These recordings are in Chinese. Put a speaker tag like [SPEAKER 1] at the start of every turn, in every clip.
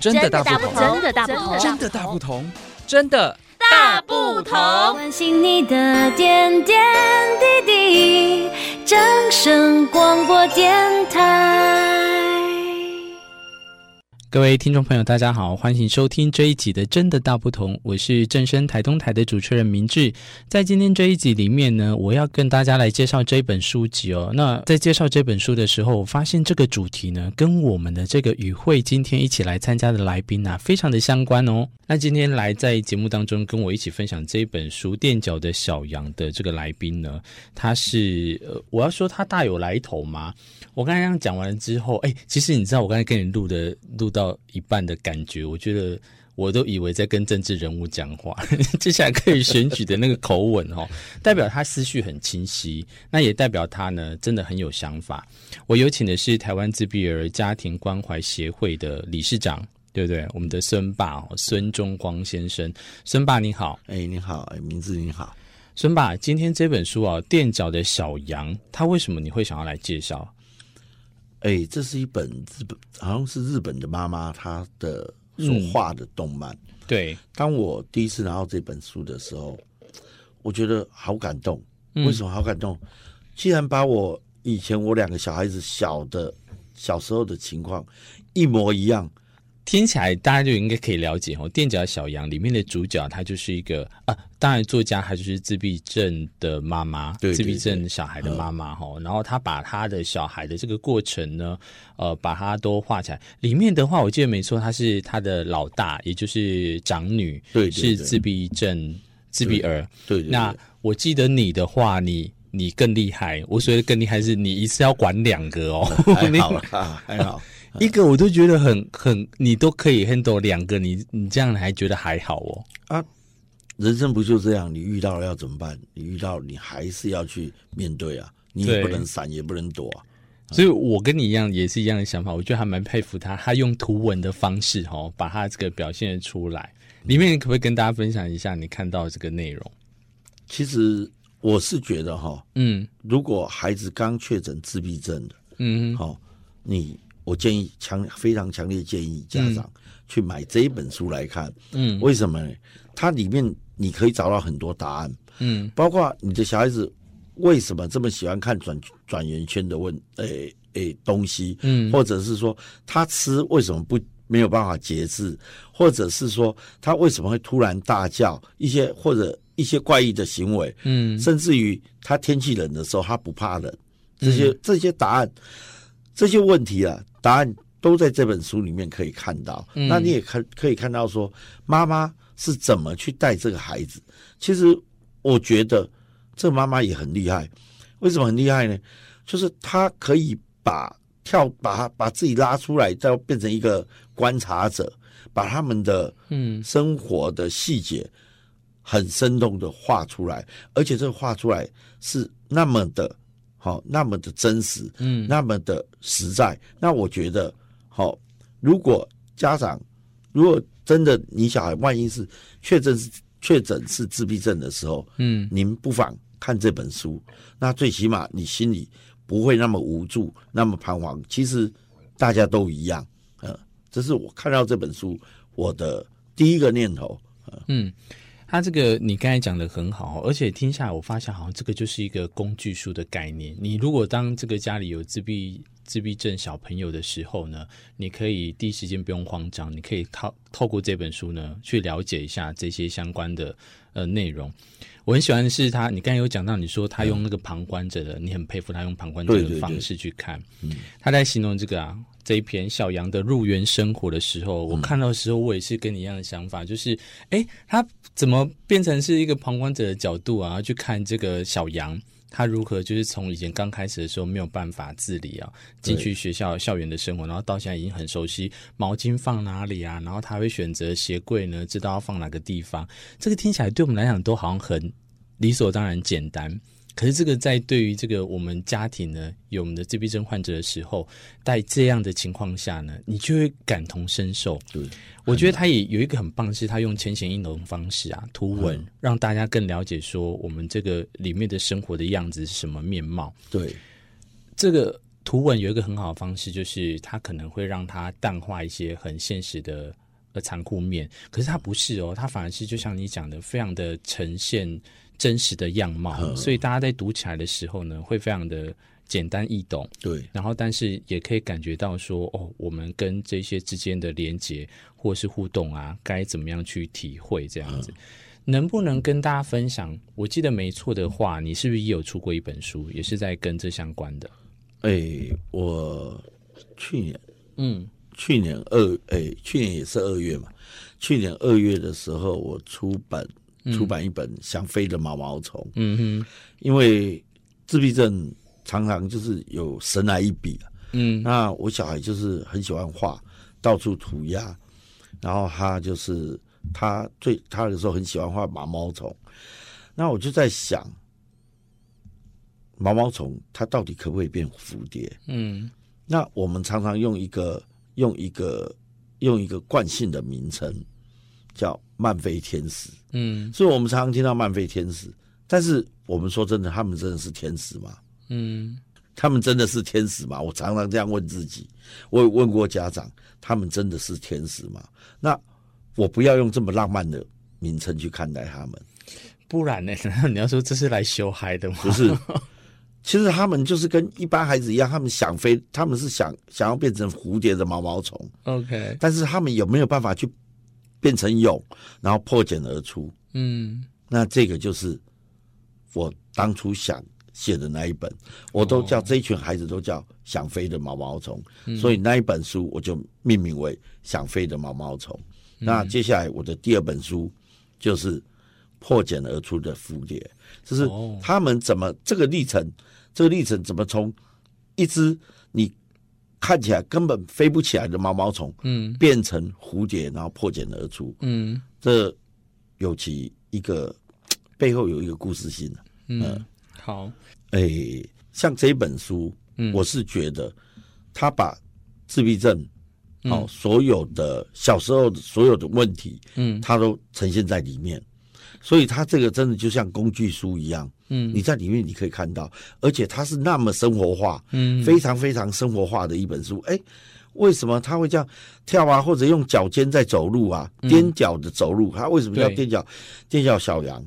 [SPEAKER 1] 真的大
[SPEAKER 2] 大
[SPEAKER 1] 不
[SPEAKER 2] 不
[SPEAKER 1] 同，
[SPEAKER 2] 同，的大不同
[SPEAKER 1] 真的大不同，真的
[SPEAKER 2] 大不同。
[SPEAKER 3] 关心你的点点滴滴，掌声广播电台。
[SPEAKER 4] 各位听众朋友，大家好，欢迎收听这一集的《真的大不同》，我是正声台东台的主持人明志。在今天这一集里面呢，我要跟大家来介绍这本书籍哦。那在介绍这本书的时候，我发现这个主题呢，跟我们的这个与会今天一起来参加的来宾啊，非常的相关哦。那今天来在节目当中跟我一起分享这一本书《垫脚的小羊》的这个来宾呢，他是呃，我要说他大有来头吗？我刚才这样讲完了之后，哎、其实你知道我刚才跟你录的录到一半的感觉，我觉得我都以为在跟政治人物讲话， 接下来可以选举的那个口吻哦，代表他思绪很清晰，那也代表他呢真的很有想法。我有请的是台湾自闭儿家庭关怀协会的理事长。对不对？我们的孙爸哦，孙中光先生，孙爸你好，
[SPEAKER 5] 哎、你好，哎，名字你好。
[SPEAKER 4] 孙爸，今天这本书啊，《垫脚的小羊》，它为什么你会想要来介绍？
[SPEAKER 5] 哎、这是一本日本，好像是日本的妈妈她的所画的动漫。
[SPEAKER 4] 嗯对，
[SPEAKER 5] 当我第一次拿到这本书的时候，我觉得好感动。
[SPEAKER 4] 嗯
[SPEAKER 5] 为什么好感动？既然把我以前我两个小孩子小的小时候的情况一模一样，
[SPEAKER 4] 听起来大家就应该可以了解哦，《垫脚小羊》里面的主角她就是一个啊，当然作家她就是自闭症的妈妈，
[SPEAKER 5] 对对嗯
[SPEAKER 4] 自闭症小孩的妈妈哈、哦。然后她把她的小孩的这个过程呢，呃，把它都画起来。里面的话，我记得没错，她是她的老大，也就是长女，
[SPEAKER 5] 对对
[SPEAKER 4] 是
[SPEAKER 5] 对
[SPEAKER 4] 自闭症自闭儿。
[SPEAKER 5] 对对对
[SPEAKER 4] 那我记得你的话，你你更厉害。我所谓的更厉害是，你一次要管两个哦，
[SPEAKER 5] 还
[SPEAKER 4] 你
[SPEAKER 5] 好啦， 还好。
[SPEAKER 4] 一个我都觉得很很，你都可以 handle 两个，你你这样还觉得还好哦。
[SPEAKER 5] 人生不就这样？你遇到了要怎么办？你遇到你还是要去面对啊，你也
[SPEAKER 4] 对
[SPEAKER 5] 不能闪，也不能躲啊、
[SPEAKER 4] 所以我跟你一样，也是一样的想法，我觉得还蛮佩服他，他用图文的方式哦，把他这个表现出来。里面可不可以跟大家分享一下你看到这个内容？
[SPEAKER 5] 其实我是觉得哈，
[SPEAKER 4] 嗯
[SPEAKER 5] 如果孩子刚确诊自闭症的，
[SPEAKER 4] 嗯
[SPEAKER 5] 好、你我建议强非常强烈建议家长去买这一本书来看。
[SPEAKER 4] 嗯
[SPEAKER 5] 为什么呢？它里面你可以找到很多答案，
[SPEAKER 4] 嗯
[SPEAKER 5] 包括你的小孩子为什么这么喜欢看转转圆圈的问诶诶、东西，
[SPEAKER 4] 嗯
[SPEAKER 5] 或者是说他吃为什么不没有办法节制，或者是说他为什么会突然大叫，一些或者一些怪异的行为，
[SPEAKER 4] 嗯
[SPEAKER 5] 甚至于他天气冷的时候他不怕冷，这些、
[SPEAKER 4] 嗯
[SPEAKER 5] 这些答案，这些问题啊，答案都在这本书里面可以看到。
[SPEAKER 4] 嗯
[SPEAKER 5] 那你也看可以看到说，妈妈是怎么去带这个孩子。其实我觉得这妈妈也很厉害，为什么很厉害呢？就是她可以把跳把她把自己拉出来，再变成一个观察者，把他们的
[SPEAKER 4] 嗯
[SPEAKER 5] 生活的细节很生动的画出来，而且这个画出来是那么的好、那么的真实，
[SPEAKER 4] 嗯
[SPEAKER 5] 那么的实在。那我觉得，好、如果家长如果真的你小孩万一是确诊是确诊是自闭症的时候，
[SPEAKER 4] 嗯
[SPEAKER 5] 您不妨看这本书，那最起码你心里不会那么无助，那么彷徨。其实大家都一样，呃，这是我看到这本书我的第一个念头。
[SPEAKER 4] 嗯，他这个你刚才讲的很好，而且听下来我发现好像这个就是一个工具书的概念。你如果当这个家里有自闭自闭症小朋友的时候呢，你可以第一时间不用慌张，你可以靠透过这本书呢去了解一下这些相关的呃内容。我很喜欢的是他，你刚才有讲到，你说他用那个旁观者的，你很佩服他用旁观者
[SPEAKER 5] 对
[SPEAKER 4] 的
[SPEAKER 5] 对对
[SPEAKER 4] 方式去看。他在形容这个啊这一篇小羊的入园生活的时候，我看到的时候，我也是跟你一样的想法，就是诶，他怎么变成是一个旁观者的角度啊，去看这个小羊。他如何就是从以前刚开始的时候没有办法自理啊，进去学校校园的生活，然后到现在已经很熟悉毛巾放哪里啊，然后他会选择鞋柜呢，知道要放哪个地方。这个听起来对我们来讲都好像很理所当然简单，可是这个在对于这个我们家庭呢，有我们的自闭症患者的时候，在这样的情况下呢，你就会感同身受。
[SPEAKER 5] 对，
[SPEAKER 4] 我觉得他也有一个很棒，是他用浅显易懂的方式啊，图文、让大家更了解说我们这个里面的生活的样子是什么面貌。
[SPEAKER 5] 对，
[SPEAKER 4] 这个图文有一个很好的方式，就是它可能会让它淡化一些很现实的呃残酷面，可是它不是哦，它反而是就像你讲的，非常的呈现真实的样貌，
[SPEAKER 5] 嗯
[SPEAKER 4] 所以大家在读起来的时候呢，会非常的简单易懂。
[SPEAKER 5] 对，
[SPEAKER 4] 然后但是也可以感觉到说，哦，我们跟这些之间的连接或是互动啊，该怎么样去体会这样子。能不能跟大家分享？我记得没错的话，你是不是也有出过一本书，也是在跟这相关的？
[SPEAKER 5] 哎，我去年
[SPEAKER 4] 嗯，
[SPEAKER 5] 去年二哎，去年也是二月嘛，去年二月的时候，我出版出版一本《想飞的毛毛虫》，
[SPEAKER 4] 嗯哼，
[SPEAKER 5] 因为自闭症常常就是有神来一笔啊。
[SPEAKER 4] 嗯
[SPEAKER 5] 那我小孩就是很喜欢画，到处涂鸦，然后他就是他最他的时候很喜欢画毛毛虫，那我就在想，毛毛虫它到底可不可以变蝴蝶？
[SPEAKER 4] 嗯
[SPEAKER 5] 那我们常常用一个用一个用一个惯性的名称叫漫飞天使，
[SPEAKER 4] 嗯
[SPEAKER 5] 所以我们常常听到漫飞天使，但是我们说真的，他们真的是天使吗？
[SPEAKER 4] 嗯
[SPEAKER 5] 他们真的是天使吗？我常常这样问自己，我也问过家长，他们真的是天使吗？那我不要用这么浪漫的名称去看待他们，
[SPEAKER 4] 不然呢？难道你要说这是来修嗨的吗？
[SPEAKER 5] 不是。其实他们就是跟一般孩子一样，他们想飞，他们是想想要变成蝴蝶的毛毛虫，
[SPEAKER 4] ，OK，
[SPEAKER 5] 但是他们有没有办法去变成蛹，然后破茧而出？
[SPEAKER 4] 嗯
[SPEAKER 5] 那这个就是我当初想写的那一本，我都
[SPEAKER 4] 哦
[SPEAKER 5] 叫这一群孩子都叫想飞的毛毛虫，
[SPEAKER 4] 嗯
[SPEAKER 5] 所以那一本书我就命名为《想飞的毛毛虫》。
[SPEAKER 4] 嗯
[SPEAKER 5] 那接下来我的第二本书就是破茧而出的蝴蝶，就是
[SPEAKER 4] 哦
[SPEAKER 5] 他们怎么这个历程，这个历程怎么从一只你看起来根本飞不起来的毛毛虫，
[SPEAKER 4] 嗯
[SPEAKER 5] 变成蝴蝶，然后破茧而出。
[SPEAKER 4] 嗯
[SPEAKER 5] 这有其一个背后有一个故事性啊
[SPEAKER 4] 嗯，好，
[SPEAKER 5] 诶、像这本书，
[SPEAKER 4] 嗯
[SPEAKER 5] 我是觉得他把自闭症。哦，所有的小时候的所有的问题，
[SPEAKER 4] 嗯
[SPEAKER 5] 他都呈现在里面，所以他这个真的就像工具书一样，
[SPEAKER 4] 嗯
[SPEAKER 5] 你在里面你可以看到，而且它是那么生活化，
[SPEAKER 4] 嗯
[SPEAKER 5] 非常非常生活化的一本书。哎，为什么他会这样跳啊，或者用脚尖在走路啊，踮脚的走路？他为什么叫
[SPEAKER 4] 嗯对
[SPEAKER 5] 踮脚？踮脚小羊？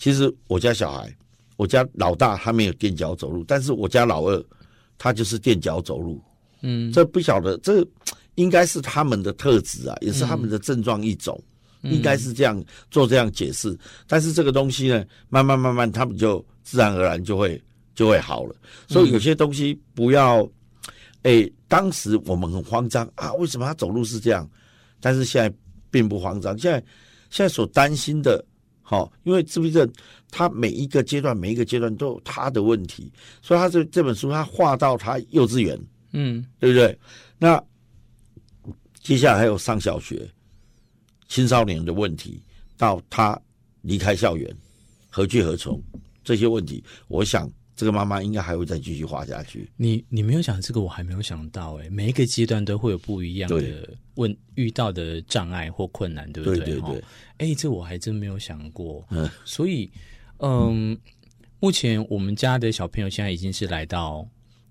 [SPEAKER 5] 其实我家小孩，我家老大他没有踮脚走路，但是我家老二他就是踮脚走路。
[SPEAKER 4] 嗯
[SPEAKER 5] 这不晓得，这应该是他们的特质啊，也是他们的症状一种，应该是这样做这样解释。但是这个东西呢，慢慢慢慢，他们就自然而然就会就会好了。所以有些东西不要，哎、当时我们很慌张啊，为什么他走路是这样？但是现在并不慌张，现在现在所担心的。好、因为自闭症，他每一个阶段每一个阶段都有他的问题，所以他这这本书他画到他幼稚园，
[SPEAKER 4] 嗯
[SPEAKER 5] 对不对？那接下来还有上小学、青少年的问题，到他离开校园，何去何从这些问题，我想这个妈妈应该还会再继续画下去。
[SPEAKER 4] 你你没有讲这个，我还没有想到哎、每一个阶段都会有不一样的
[SPEAKER 5] 对
[SPEAKER 4] 问遇到的障碍或困难，对不
[SPEAKER 5] 对
[SPEAKER 4] 对
[SPEAKER 5] 对
[SPEAKER 4] 哈
[SPEAKER 5] 对
[SPEAKER 4] 哎、这我还真没有想过。
[SPEAKER 5] 嗯
[SPEAKER 4] 所以，嗯，目前我们家的小朋友现在已经是来到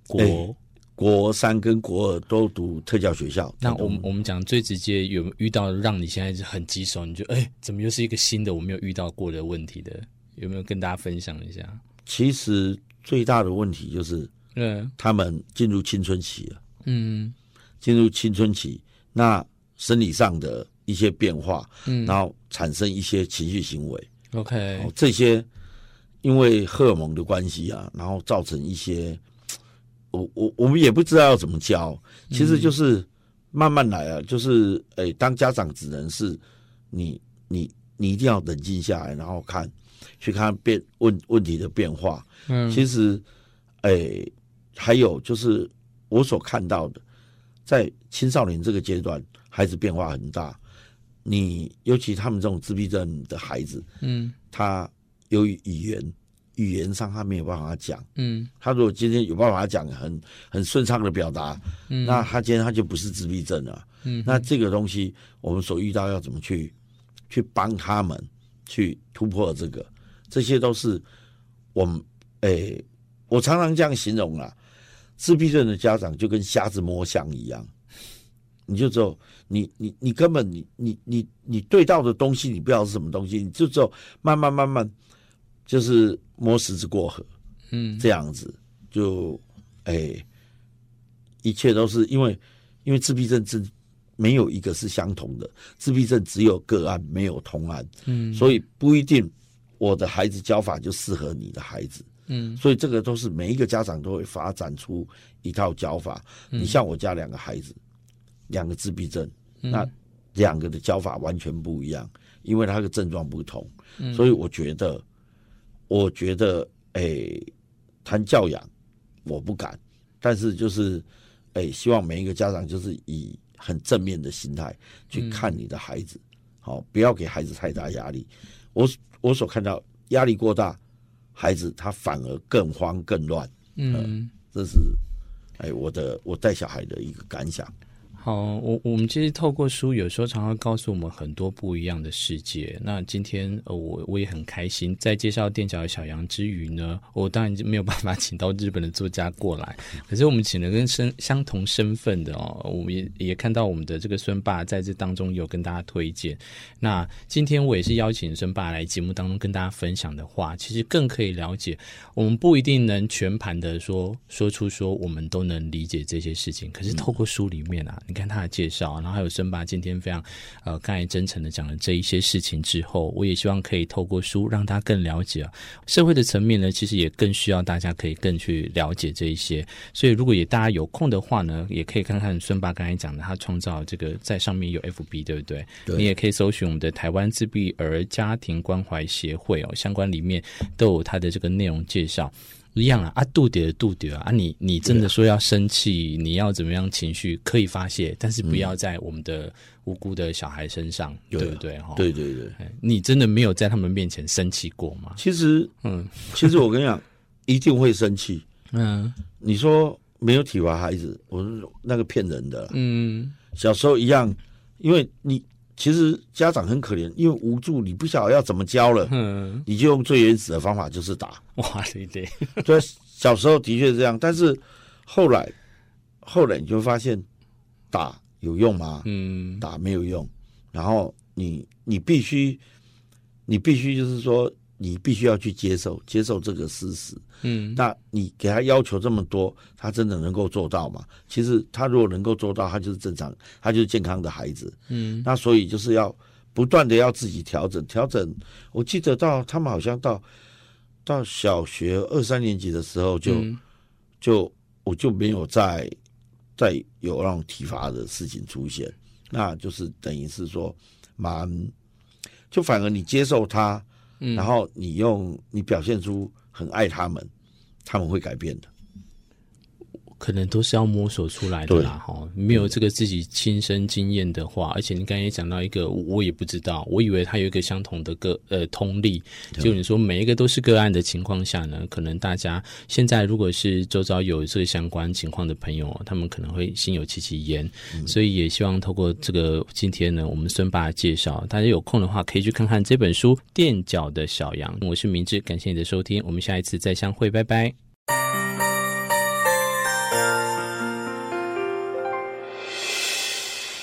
[SPEAKER 4] 国，
[SPEAKER 5] 哎国三跟国二都读特教学校，
[SPEAKER 4] 那我们我们讲最直接有遇到让你现在是很棘手，你就哎、怎么又是一个新的我没有遇到过的问题的？有没有跟大家分享一下？
[SPEAKER 5] 其实最大的问题就是
[SPEAKER 4] 嗯
[SPEAKER 5] 他们进入青春期了。
[SPEAKER 4] 嗯
[SPEAKER 5] 进入青春期，那生理上的一些变化，
[SPEAKER 4] 嗯
[SPEAKER 5] 然后产生一些情绪行为，
[SPEAKER 4] ，OK，
[SPEAKER 5] 哦，这些因为荷尔蒙的关系啊，然后造成一些，我我我们也不知道要怎么教，其实就是慢慢来啊，就是诶、当家长只能是你你你一定要冷静下来，然后看去看变问问题的变化。
[SPEAKER 4] 嗯
[SPEAKER 5] 其实诶、还有就是我所看到的，在青少年这个阶段，孩子变化很大。你尤其他们这种自闭症的孩子，
[SPEAKER 4] 嗯
[SPEAKER 5] 他由于语言语言上他没有办法讲，
[SPEAKER 4] 嗯
[SPEAKER 5] 他如果今天有办法讲很很顺畅的表达，
[SPEAKER 4] 嗯
[SPEAKER 5] 那他今天他就不是自闭症了。
[SPEAKER 4] 嗯
[SPEAKER 5] 那这个东西我们所遇到要怎么去去帮他们去突破这个，这些都是我们诶、我常常这样形容啦，自闭症的家长就跟瞎子摸象一样，你就只有你你你根本你你你你对到的东西你不知道是什么东西，你就只有慢慢慢慢就是摸石子过河
[SPEAKER 4] 嗯，
[SPEAKER 5] 这样子，就哎，一切都是因为因为自闭症真没有一个是相同的，自闭症只有个案没有同案，
[SPEAKER 4] 嗯
[SPEAKER 5] 所以不一定我的孩子教法就适合你的孩子。
[SPEAKER 4] 嗯
[SPEAKER 5] 所以这个都是每一个家长都会发展出一套教法。
[SPEAKER 4] 嗯
[SPEAKER 5] 你像我家两个孩子，两个自闭症，
[SPEAKER 4] 嗯
[SPEAKER 5] 那两个的教法完全不一样，因为他的症状不同。
[SPEAKER 4] 嗯
[SPEAKER 5] 所以我觉得，我觉得，哎诶、谈教养我不敢，但是就是，诶、希望每一个家长就是以很正面的心态去看你的孩子，
[SPEAKER 4] 嗯
[SPEAKER 5] 好、不要给孩子太大压力。我我所看到压力过大，孩子他反而更慌更乱，呃
[SPEAKER 4] 嗯。
[SPEAKER 5] 这是哎我的我带小孩的一个感想。
[SPEAKER 4] 好，我我们其实透过书，有时候常常告诉我们很多不一样的世界。那今天呃，我我也很开心，在介绍店小的小羊之余呢， 我当然就没有办法请到日本的作家过来，可是我们请了跟身相同身份的哦，我们也也看到我们的这个孙爸在这当中有跟大家推荐。那今天我也是邀请孙爸来节目当中跟大家分享的话，其实更可以了解我们不一定能全盘的说说出说我们都能理解这些事情，可是透过书里面啊，你看他的介绍，然后还有申爸今天非常呃刚才真诚的讲了这一些事情之后，我也希望可以透过书让他更了解、啊、社会的层面呢，其实也更需要大家可以更去了解这一些。所以如果也大家有空的话呢，也可以看看孙爸刚才讲的，他创造这个在上面有 FB 对不对？
[SPEAKER 5] 对
[SPEAKER 4] 你也可以搜寻我们的台湾自闭儿家庭关怀协会哦，相关里面都有它的这个内容介绍。一样啊，啊，度点的度点啊，啊你你真的说要生气，你要怎么样情绪可以发泄，但是不要在我们的无辜的小孩身上，
[SPEAKER 5] 嗯对啊
[SPEAKER 4] 对不对？哈，
[SPEAKER 5] 对对对，
[SPEAKER 4] 哎，你真的没有在他们面前生气过吗？
[SPEAKER 5] 其实
[SPEAKER 4] 嗯
[SPEAKER 5] 其实我跟你讲，一定会生气。
[SPEAKER 4] 嗯
[SPEAKER 5] 你说没有体罚孩子，我说那个骗人的啦。
[SPEAKER 4] 嗯
[SPEAKER 5] 小时候一样，因为你其实家长很可怜，因为无助，你不晓得要怎么教了，
[SPEAKER 4] 嗯，
[SPEAKER 5] 你就用最原始的方法，就是打。
[SPEAKER 4] 哇对对，
[SPEAKER 5] 对，小时候的确是这样，但是后来后来你就发现打有用吗？
[SPEAKER 4] 嗯
[SPEAKER 5] 打没有用，然后你你必须你必须就是说你必须要去接受接受这个事实。
[SPEAKER 4] 嗯
[SPEAKER 5] 那你给他要求这么多，他真的能够做到吗？其实他如果能够做到，他就是正常，他就是健康的孩子。
[SPEAKER 4] 嗯
[SPEAKER 5] 那所以就是要不断的要自己调整，调整。我记得到他们好像到到小学二三年级的时候就，
[SPEAKER 4] 嗯
[SPEAKER 5] 就我就没有再再有那种体罚的事情出现，那就是等于是说蛮，就反而你接受他，
[SPEAKER 4] 嗯
[SPEAKER 5] 然后你用你表现出很爱他们，他们会改变的。
[SPEAKER 4] 可能都是要摸索出来的啦，哈，没有这个自己亲身经验的话，而且你刚才也讲到一个，我我也不知道，我以为它有一个相同的个呃通例，就你说每一个都是个案的情况下呢，可能大家现在如果是周遭有这个相关情况的朋友，他们可能会心有戚戚焉，所以也希望透过这个今天呢，我们孙爸的介绍，大家有空的话可以去看看这本书《垫脚的小羊》，我是明志，感谢你的收听，我们下一次再相会，拜拜。